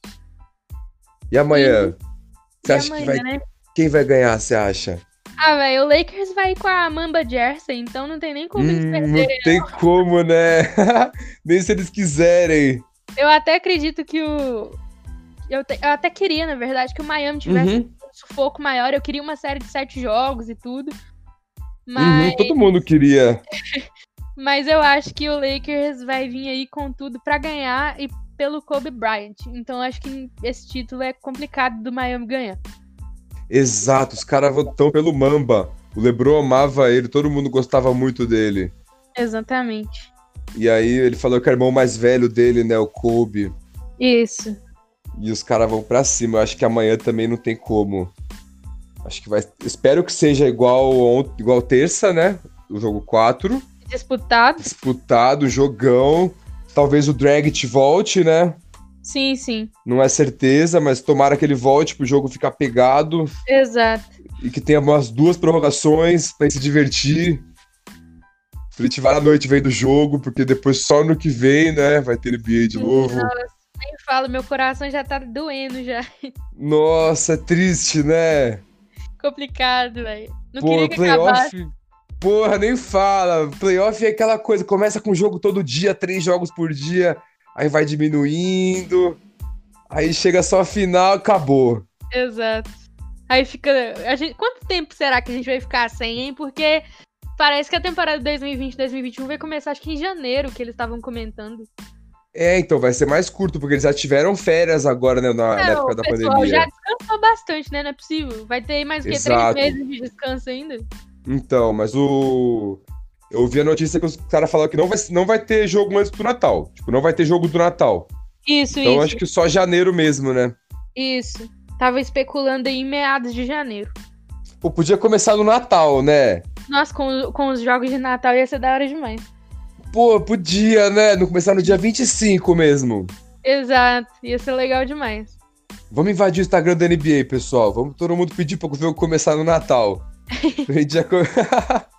E amanhã?
E
Você acha que
amanhã,
vai.
né?
Quem vai ganhar, você acha?
Ah, velho, o Lakers vai com a Mamba Jersey, então não tem nem como eles
Hum,
perderem.
não tem como, né? Nem se eles quiserem.
Eu até acredito que o. Eu, te- eu até queria, na verdade, que o Miami tivesse
Uhum,
um sufoco maior. Eu queria uma série de sete jogos e tudo. Mas,
uhum, todo mundo queria.
mas eu acho que o Lakers vai vir aí com tudo pra ganhar e pelo Kobe Bryant. Então eu acho que esse título é complicado do Miami ganhar.
Exato, os caras votam pelo Mamba. O Lebron amava ele, todo mundo gostava muito dele.
Exatamente.
E aí ele falou que é o irmão mais velho dele, né? O Kobe.
Isso.
E os caras vão pra cima. Eu acho que amanhã também não tem como. Acho que vai. Espero que seja igual, ont- igual terça, né? O jogo 4.
Disputado?
disputado, jogão. Talvez o Dragit volte, né?
Sim, sim.
Não é certeza, mas tomara que ele volte pro jogo ficar pegado
Exato.
e que tenha umas duas prorrogações pra ele se divertir. Pra ele tirar a noite vem do jogo, porque depois só no que vem, né? Vai ter NBA de novo.
Nem falo, meu coração já tá doendo já.
Nossa, é triste, né?
Complicado, velho. Não
Pô,
queria que acabasse.
playoff. Porra, nem fala. Playoff é aquela coisa, começa com um jogo todo dia, três jogos por dia, aí vai diminuindo, aí chega só a final, acabou.
Exato. Aí fica. a gente- quanto tempo será que a gente vai ficar sem, hein? Porque parece que a temporada 2020 2021 vai começar, acho que em janeiro, que eles estavam comentando.
É, então vai ser mais curto, porque eles já tiveram férias agora, né, na, na
Não,
época
É, o
da
pessoal
pandemia.
já descansou bastante, né? Não é possível. Vai ter aí mais o quê?
Exato.
Três meses de descanso ainda?
Então, mas o. Eu vi a notícia que os caras falaram que não vai, não vai ter jogo antes do Natal. Tipo, não vai ter jogo do Natal.
Isso,
Então
isso.
acho que só janeiro mesmo, né?
Isso. Tava especulando aí em meados de janeiro.
Pô, podia começar no Natal, né?
Nossa, com, com os jogos de Natal ia ser da hora demais.
Pô, podia, né? Não começar no dia 25 mesmo.
Exato. Ia ser legal demais.
Vamos invadir o Instagram da NBA, pessoal. Vamos todo mundo pedir pra o jogo começar no Natal. A gente já. come-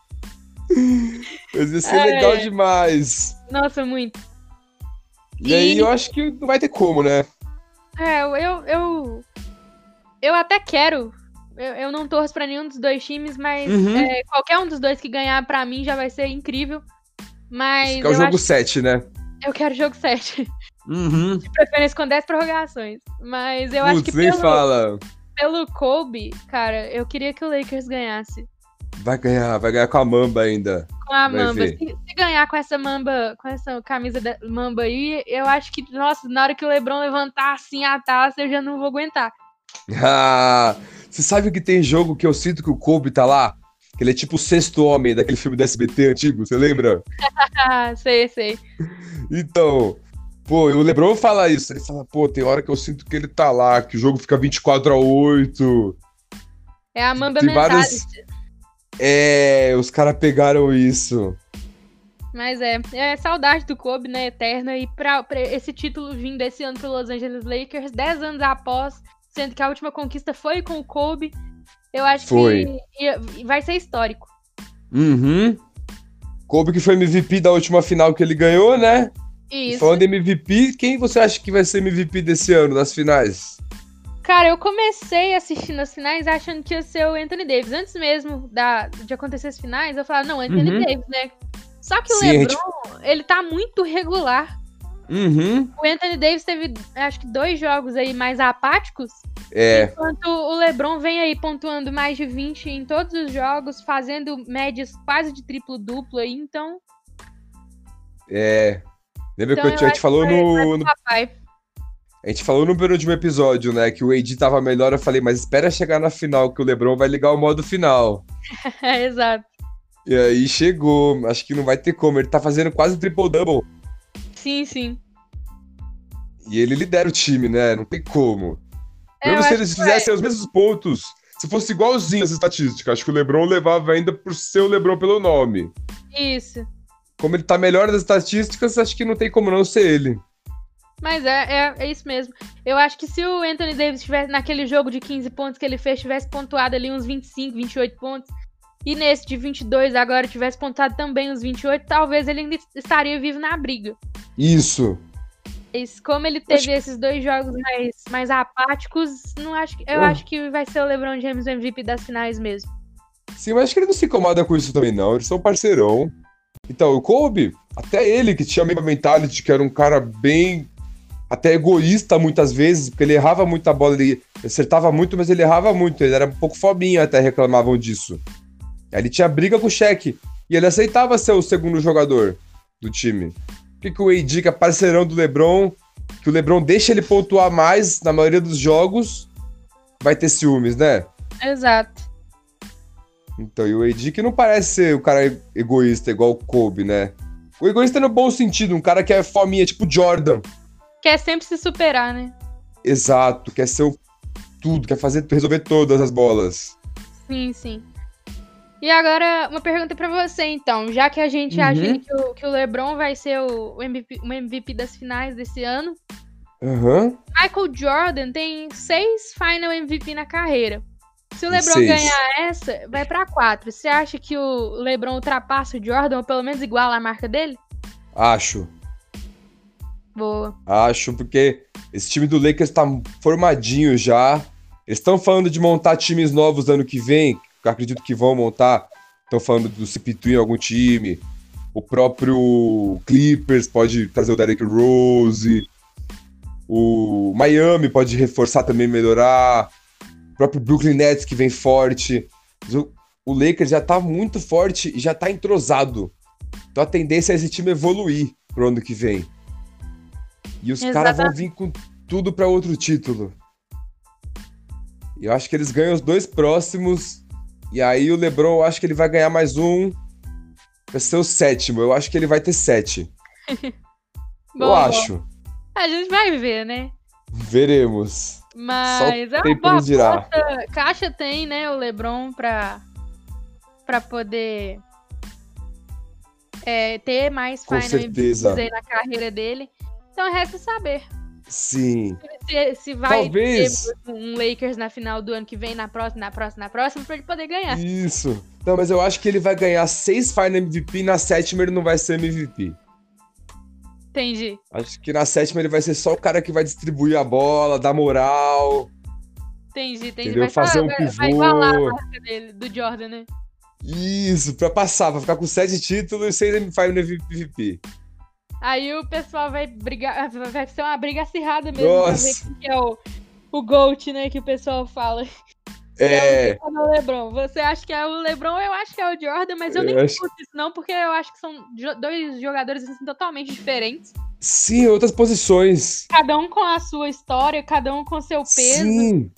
Mas ia ser
Ai,
legal
ai.
demais.
Nossa, muito.
E aí
E-
eu acho que não vai ter como, né?
É, eu- eu. Eu, eu até quero. Eu, eu não torço pra nenhum dos dois times, mas
Uhum.
é, qualquer um dos dois que ganhar pra mim já vai ser incrível. Mas
Isso que é o
eu,
jogo
acho-
7, né?
eu quero jogo 7.
Uhum.
De preferência com 10 prorrogações. Mas eu acho que
Putz, nem
pelo,
fala.
pelo Kobe, cara, eu queria que o Lakers ganhasse.
Vai ganhar, vai ganhar com a Mamba ainda.
Com a
Vai
Mamba.
ver.
Se, se ganhar com essa Mamba, com essa camisa da Mamba aí, eu acho que, nossa, na hora que o Lebron levantar assim a taça, eu já não vou aguentar.
Ah, você sabe que tem jogo que eu sinto que o Kobe tá lá? Que ele é tipo o sexto homem daquele filme da SBT antigo, você lembra?
Ah, sei, sei.
Então, pô, e o Lebron fala isso. Ele fala, pô, tem hora que eu sinto que ele tá lá, que o jogo fica 24 a 8.
É a Mamba
Tem
mentality.
várias- É, os caras pegaram isso.
Mas é, é saudade do Kobe, né, eterna, e pra, pra esse título vindo esse ano pro Los Angeles Lakers, 10 anos após, sendo que a última conquista foi com o Kobe, eu acho
Foi.
que ia- vai ser histórico.
Uhum. Kobe que foi MVP da última final que ele ganhou, né? E
Isso.
Falando em MVP, quem você acha que vai ser MVP desse ano, nas finais?
Cara, eu comecei assistindo as finais achando que ia ser o Anthony Davis. Antes mesmo da, de acontecer as finais, eu falava, não, Anthony
Uhum.
Davis, né? Só que o
Sim, a gente-
LeBron, ele tá muito regular.
Uhum.
O Anthony Davis teve, acho que, dois jogos aí mais apáticos.
É,
Enquanto o LeBron vem aí pontuando mais de 20 em todos os jogos, fazendo médias quase de triplo-duplo aí, então
é. Lembra
Então
que eu
eu
tinha- a
acho
gente falou
que vai-
no, no-
papai.
A gente falou no penúltimo episódio, né? Que o AD tava melhor. Eu falei, mas espera chegar na final, que o Lebron vai ligar o modo final.
É, exato.
E aí chegou. Acho que não vai ter como. Ele tá fazendo quase triple-double.
Sim, sim.
E ele lidera o time, né? Não tem como.
É, eu É,
Mesmo se
acho
eles
que vai.
fizessem os mesmos pontos, Se fosse igualzinho essa estatística, acho que o LeBron levava ainda por ser o LeBron pelo nome.
Isso.
Como ele tá melhor das estatísticas, acho que não tem como não ser ele.
Mas é, é, é isso mesmo. Eu acho que se o Anthony Davis tivesse naquele jogo de 15 pontos que ele fez, tivesse pontuado ali uns 25, 28 pontos, e nesse de 22 agora tivesse pontuado também uns 28, talvez ele ainda estaria vivo na briga.
Isso.
Mas como ele teve esses dois jogos mais, mais apáticos, não acho, que- eu
Ah.
acho que vai ser o LeBron James o MVP das finais mesmo.
Sim, mas acho que ele não se incomoda com isso também, não. Eles são parceirão. Então, o Kobe, até ele que tinha a mesma mentalidade, que era um cara bem. até egoísta muitas vezes, porque ele errava muito a bola, ele acertava muito, mas ele errava muito. Ele era um pouco fobinho, até reclamavam disso. Aí Ele tinha briga com o Shaq. E ele aceitava ser o segundo jogador do time. O que, que o AD, que é parceirão do LeBron, que o LeBron deixa ele pontuar mais na maioria dos jogos, vai ter ciúmes, né?
Exato.
Então, e o AD que não parece ser o cara egoísta igual o Kobe, né? O egoísta no bom sentido, um cara que é fominha, tipo Jordan.
Quer é sempre se superar, né?
Exato, quer ser o tudo, quer fazer resolver todas as bolas.
Sim, sim. E agora, uma pergunta pra você, então. Já que a gente
Uhum.
acha que o, que o LeBron vai ser o, o MVP, o MVP das finais desse ano,
Aham.
Michael Jordan tem seis Final MVP na carreira. Se o LeBron
Seis.
ganhar essa, vai pra quatro. Você acha que o LeBron ultrapassa o Jordan, ou pelo menos iguala a marca dele?
Acho.
Boa.
Acho, porque esse time do Lakers tá formadinho já. Eles estão falando de montar times novos ano que vem. que eu acredito que vão montar. Estão falando do CP3 em algum time. O próprio Clippers pode trazer o Derrick Rose. O Miami pode reforçar também, melhorar. O próprio Brooklyn Nets que vem forte. Mas O, o Lakers já tá muito forte e já tá entrosado. Então a tendência é esse time evoluir pro ano que vem. E os caras vão vir com tudo pra outro título. E eu acho que eles ganham os dois próximos. E aí o LeBron, eu acho que ele vai ganhar mais um. Vai ser o sétimo. Eu acho que ele vai ter sete. eu
Boa.
acho.
A gente vai ver, né?
Veremos.
Mas é uma
tempo
boa
nos dirá.
aposta. Caixa tem, né, o LeBron pra, pra poder é, ter mais
Com
Final
certeza.
MVPs aí na carreira dele. Então resta saber
Sim.
se, se vai
Talvez.
ter um Lakers na final do ano que vem, na próxima, na próxima, na próxima, pra ele poder ganhar.
Isso. Não, mas eu acho que ele vai ganhar seis Final MVP e na sétima ele não vai ser MVP.
Entendi.
Acho que na sétima ele vai ser só o cara que vai distribuir a bola, dar moral,
Entendi, entendi.
entendeu?
Vai,
Fazer um
vai-
pivô.
vai igualar a marca dele, do Jordan, né?
Isso, pra passar, pra ficar com sete títulos e seis M- Final MVP.
Aí o pessoal vai brigar, vai ser uma briga acirrada mesmo
Nossa.
pra ver quem que é o, o GOAT, né, que o pessoal fala.
É,
É o LeBron. Você acha que é o LeBron, eu acho que é o Jordan, mas eu nem
Eu acho-
discuto isso não, porque eu acho que são jo- dois jogadores assim, totalmente diferentes.
sim, outras posições.
Cada um com a sua história, cada um com seu peso,
Sim,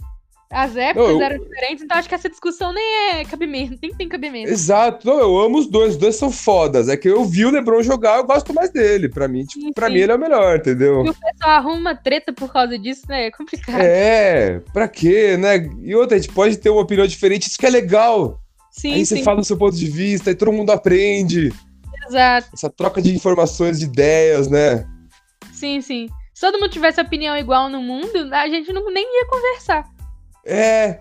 as épocas
Não, eu-
eram diferentes, então acho que essa discussão nem é cabimento, nem tem cabimento.
exato. Não, eu amo os dois, os dois são fodas. É que eu vi o LeBron jogar, eu gosto mais dele. Pra mim, tipo,
Sim,
pra
sim.
mim ele é o melhor, entendeu?
E o pessoal arruma treta por causa disso, né? É complicado.
É, pra quê, né? E outra, a gente pode ter uma opinião diferente, isso que é legal.
Sim,
Aí você
sim,
fala o seu ponto de vista e todo mundo aprende.
exato.
Essa troca de informações, de ideias, né?
Sim, sim. Se todo mundo tivesse opinião igual no mundo, a gente não, nem ia conversar.
É.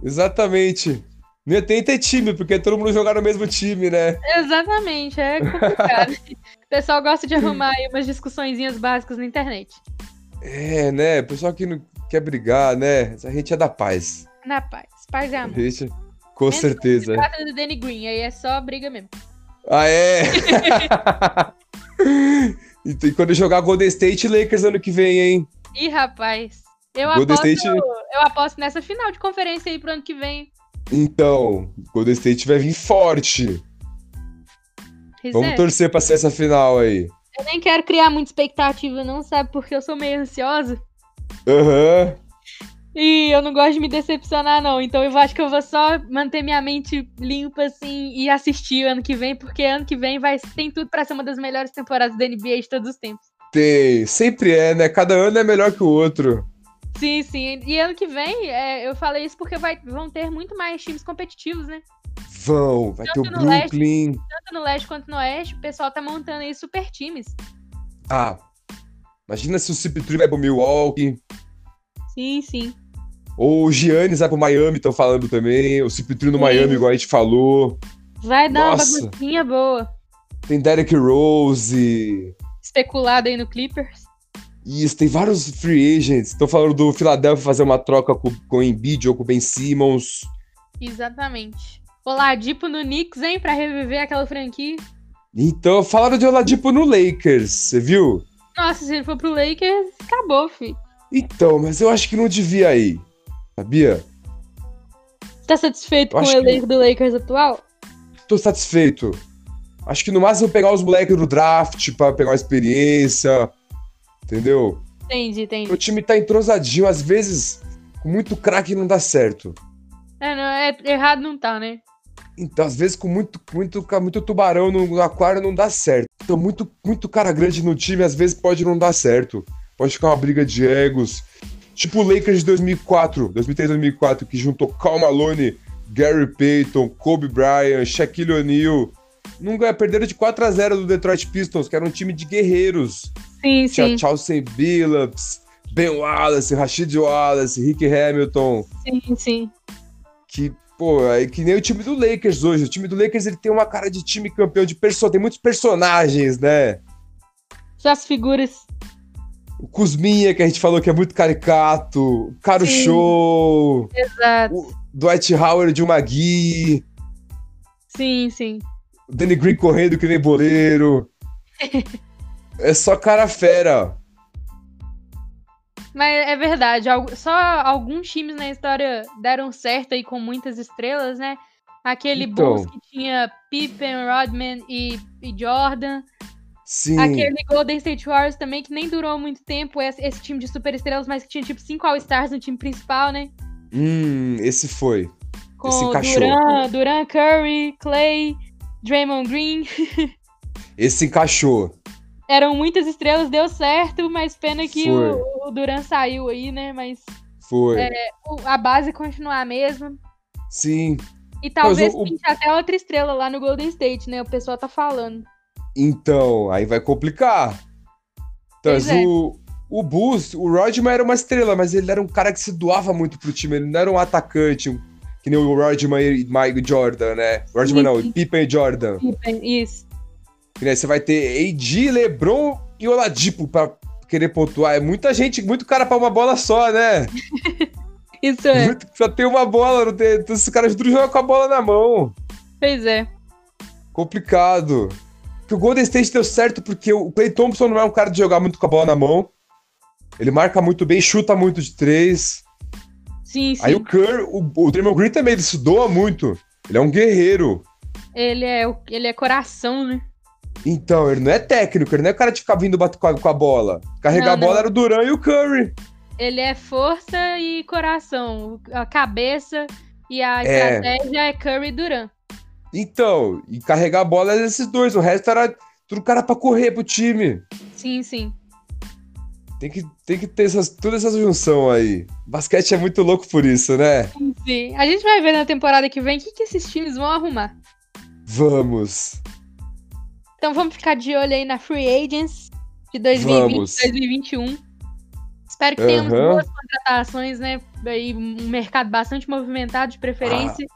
Exatamente. Não ia ter, ter time, porque todo mundo jogar no mesmo time, né?
Exatamente, é complicado. o pessoal gosta de arrumar aí umas discussõezinhas básicas na internet.
É, né? Pessoal que não quer brigar, né? Essa gente é da paz.
Na paz. Paz e amor.
Gente, com
É, Menos
certeza.
Trata do Danny Green, aí é só briga mesmo.
Ah, é? e t- e quando jogar Golden State e Lakers ano que vem, hein?
Ih, rapaz. Eu
Golden
aposto,
State-
eu aposto nessa final de conferência aí pro ano que vem.
Então, Golden State vai vir forte. Vamos
Rizé,
torcer pra ser essa final aí.
eu nem quero criar muita expectativa, não, sabe? Porque eu sou meio ansiosa.
Aham.
E eu não gosto de me decepcionar, não. Então eu acho que eu vou só manter minha mente limpa, assim, e assistir ano que vem, porque ano que vem vai tem tudo pra ser uma das melhores temporadas da NBA de todos os tempos.
Tem. Sempre é, né? Cada ano é melhor que o outro.
Sim, sim. E ano que vem, é, eu falei isso porque vai, vão ter muito mais times competitivos, né?
Vão, vai
Tanto
ter o
no leste.
Brooklyn.
Tanto no leste quanto no oeste, o pessoal tá montando aí super times.
Ah, imagina se o Cipitri vai pro Milwaukee,
Sim, sim.
ou o Giannis vai pro Miami, estão falando também, o Cipitri no
Sim.
Miami, igual a gente falou.
Vai dar
Nossa.
uma baguncinha boa.
Tem Derek Rose,
Especulado aí no Clippers.
isso, tem vários free agents. Estão falando do Philadelphia fazer uma troca com, com o Embiid ou com o Ben Simmons.
Exatamente. Oladipo no Knicks, hein? Pra reviver aquela franquia.
Então, falaram de Oladipo no Lakers, você viu?
Nossa, se ele for pro Lakers, acabou, fi.
Então, mas eu acho que não devia ir, sabia?
Tá satisfeito
Eu
com o
acho que-
elenco do Lakers atual?
Tô satisfeito. Acho que no máximo pegar os moleques do draft pra pegar uma experiência, entendeu?
Entendi, entendi.
O time tá entrosadinho, às vezes com muito craque não dá certo.
É, não, é, errado não tá, né?
Então, às vezes com muito, muito, ca- muito tubarão no, no aquário não dá certo. Então, muito, muito cara grande no time, às vezes pode não dar certo. Pode ficar uma briga de egos. Tipo o Lakers de 2004, 2003, 2004, que juntou Cal Malone, Gary Payton, Kobe Bryant, Shaquille O'Neal. Não ganha, perderam de 4 a 0 do Detroit Pistons, que era um time de guerreiros.
Sim,
Tinha
sim.
Chauncey Billups, Ben Wallace, Rashid Wallace, Rick Hamilton,
Sim, sim.
que, pô, é que nem o time do Lakers hoje. O time do Lakers ele tem uma cara de time campeão de personagem, tem muitos personagens, né?
Suas figuras.
O Cusminha, que a gente falou que é muito caricato, o Caro
Sim.
Show,
Exato.
o Dwight Howard de uma Gui,
Sim, sim.
o Danny Green correndo que nem boleiro. é só cara fera.
Mas é verdade, algu- só alguns times na história deram certo aí com muitas estrelas, né? Aquele
Então.
Bulls que tinha Pippen, Rodman e, e Jordan.
Sim.
Aquele Golden State Warriors também, que nem durou muito tempo, esse, esse time de super estrelas, mas que tinha tipo cinco All-Stars no time principal, né?
Hum, esse foi.
Com
Esse encaixou.
Duran, Duran, Curry, Clay, Draymond Green.
Esse encaixou.
Eram muitas estrelas, deu certo, mas pena que
Foi.
o, o Duran saiu aí, né? Mas
Foi.
o- a base continua a mesma.
Sim.
E talvez
o- o-
pinte até outra estrela lá no Golden State, né? O pessoal tá falando.
Então, aí vai complicar. Então,
Pois
mas
é.
o, o Bulls, o Rodman era uma estrela, mas ele era um cara que se doava muito pro time, ele não era um atacante, um- que nem o Rodman e Mike Jordan, né? Rodman não, Pippen e Jordan.
Isso.
Que, né, você vai ter AD, LeBron e Oladipo pra querer pontuar. É muita gente, muito cara pra uma bola só, né?
Isso é.
Muito, só tem uma bola, não tem, então esses caras tudo jogam com a bola na mão.
pois é.
Complicado. Que o Golden State deu certo porque o Clay Thompson não é um cara de jogar muito com a bola na mão. Ele marca muito bem, chuta muito de três.
Sim, sim.
Aí o Kerr, o, o Draymond Green também, ele se doa muito. Ele é um guerreiro.
Ele, é, o- ele é coração, né?
Então, ele não é técnico, ele não é o cara de ficar vindo bater com a, com a bola. Carregar
Não,
a bola
não.
era o Duran e o Curry.
Ele é força e coração. A cabeça e a
É.
estratégia é Curry e Duran.
Então, e carregar a bola era esses dois. O resto era tudo cara pra correr pro time.
Sim, sim.
Tem que, tem que ter essas, toda essa junção aí. Basquete é muito louco por isso, né?
Sim. A gente vai ver na temporada que vem o que, que esses times vão arrumar.
Vamos.
Então vamos ficar de olho aí na Free Agents de 2020
Vamos.
2021. Espero que tenhamos
Aham.
boas contratações, né? Aí um mercado bastante movimentado de preferência.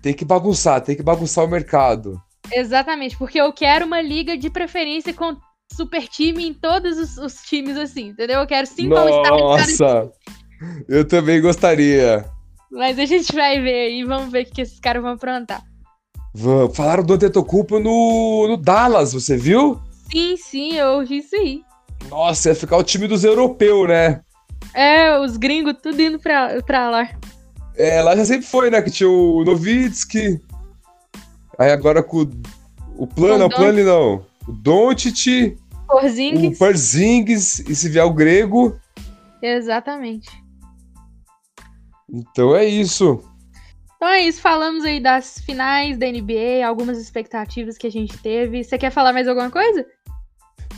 Tem que bagunçar, tem que bagunçar o mercado.
Exatamente, porque eu quero uma liga de preferência com super time em todos os, os times, assim, entendeu? Eu quero cinco All-Stars. cara.
Nossa! Eu também gostaria.
Mas a gente vai ver aí, vamos ver o que que esses caras vão aprontar.
Vam- Falaram do Antetokounmpo no, no Dallas, você viu?
Sim, sim, eu ouvi isso aí.
Nossa, ia ficar o time dos europeus, né?
É, os gringos tudo indo pra, pra lá.
É, lá já sempre foi, né? Que tinha o Novitsky. Aí agora com o-
Com
o plano,
o
o plano não. O Doncic, o
Porzingis.
Porzingis e se vier o grego.
Exatamente.
Então é isso.
Então é isso, falamos aí das finais da NBA, algumas expectativas que a gente teve. Você quer falar mais alguma coisa?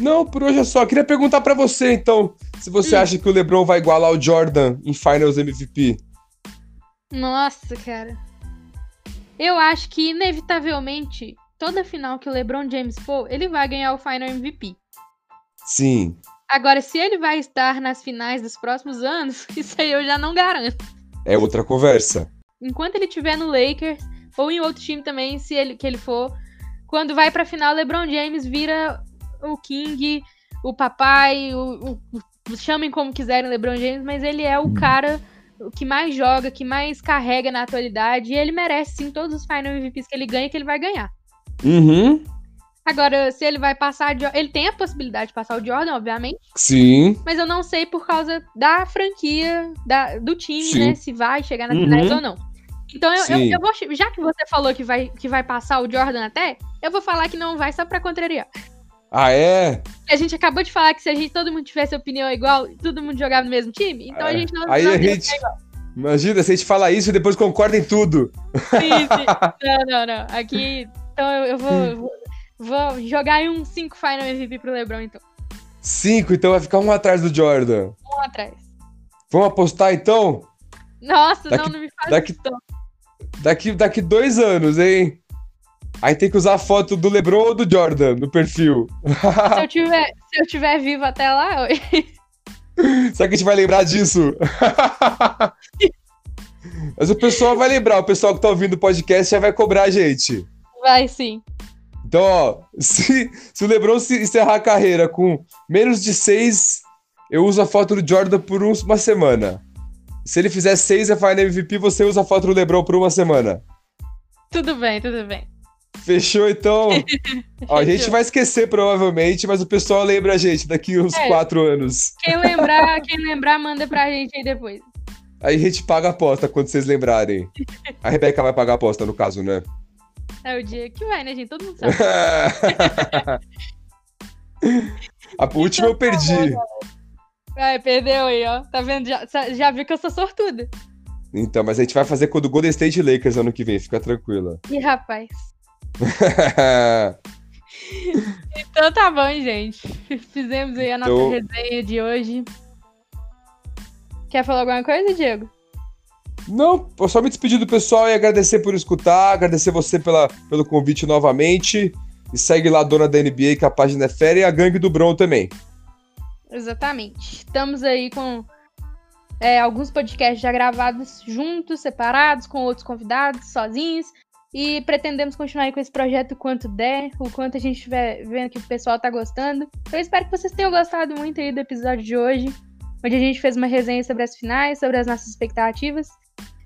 Não, por hoje é só. Queria perguntar pra você, então, se você
Hum.
acha que o LeBron vai igualar o Jordan em Finals MVP.
Nossa, cara. Eu acho que, inevitavelmente, toda final que o LeBron James for, ele vai ganhar o Final MVP.
Sim.
Agora, se ele vai estar nas finais dos próximos anos, isso aí eu já não garanto.
É outra conversa.
Enquanto ele estiver no Lakers ou em outro time também, se ele que ele for, quando vai pra final, LeBron James vira o King, o papai, o, o- o- chamem como quiserem LeBron James, mas ele é o
Hum.
cara que mais joga, que mais carrega na atualidade e ele merece sim todos os final MVPs que ele ganha, que ele vai ganhar.
Uhum.
Agora, se ele vai passar, de- ele tem a possibilidade de passar o Jordan, obviamente.
Sim.
mas eu não sei por causa da franquia, da- do time,
Sim.
né? Se vai chegar nas
Uhum.
finais ou não. Então, eu, eu-
Sim.
eu vou, che- já que você falou que vai, que vai passar o Jordan até, eu vou falar que não vai só pra contrariar.
Ah, é?
A gente acabou de falar que se a gente todo mundo tivesse opinião igual, todo mundo jogava no mesmo time, então a
É.
gente não.
Aí
não
a
deu
gente. Imagina, se a gente falar isso e depois concorda em tudo.
crise. não, não, não. Aqui, então eu, eu vou, eu vou, vou jogar aí um 5 final MVP pro LeBron, então.
Cinco, então vai ficar um atrás do Jordan.
Um atrás.
Vamos apostar então?
Nossa,
Daqui-
não, não me faz
daqui-
isso. não.
Daqui, daqui dois anos, hein? Aí tem que usar a foto do LeBron ou do Jordan no perfil.
Se eu, tiver, se eu tiver vivo até lá, eu-
Será que a gente vai lembrar disso? Mas o pessoal vai lembrar, o pessoal que tá ouvindo o podcast já vai cobrar a gente.
vai sim.
Então, ó, se, se o Lebron se encerrar a carreira com menos de seis, eu uso a foto do Jordan por uns- uma semana. Se ele fizer seis e Final MVP, você usa a foto do Lebron por uma semana.
Tudo bem, tudo bem.
Fechou, então? Ó, a gente vai esquecer, provavelmente, mas o pessoal lembra a gente daqui uns
É.
quatro anos.
Quem lembrar, quem lembrar, manda pra gente aí depois.
Aí a gente paga a aposta quando vocês lembrarem. A Rebeca vai pagar a aposta, no caso, né?
É o dia que vai, né, gente? Todo mundo sabe.
a
Então
última
tá
eu perdi.
né? Vai, perdeu aí, ó. Tá vendo? Já, sa- já viu que eu sou sortuda.
Então, mas a gente vai fazer quando o Golden State Lakers ano que vem, fica tranquila.
Ih, rapaz. Então tá bom, hein, gente. Fizemos aí a nossa
Então-
resenha de hoje. Quer falar alguma coisa, Diego?
Não, eu só me despedir do pessoal e agradecer por escutar, agradecer você pela, pelo convite novamente. E segue lá a dona da NBA, que a página é fera, e a gangue do Bron também.
Exatamente. Estamos aí com é, alguns podcasts já gravados juntos, separados, com outros convidados, sozinhos. E pretendemos continuar aí com esse projeto o quanto der, o quanto a gente estiver vendo que o pessoal tá gostando. Eu espero que vocês tenham gostado muito aí do episódio de hoje, onde a gente fez uma resenha sobre as finais, sobre as nossas expectativas.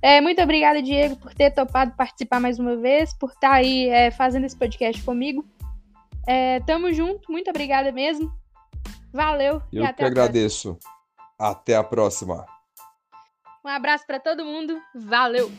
É, muito obrigada, Diego, por ter topado participar mais uma vez, por estar aí é, fazendo esse podcast comigo. É, tamo junto, muito obrigada mesmo. Valeu
Eu
e
que
até a próxima.
agradeço. Até a próxima.
Um abraço pra todo mundo. Valeu!